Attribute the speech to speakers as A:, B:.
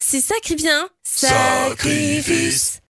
A: C'est ça qui vient. Sacré.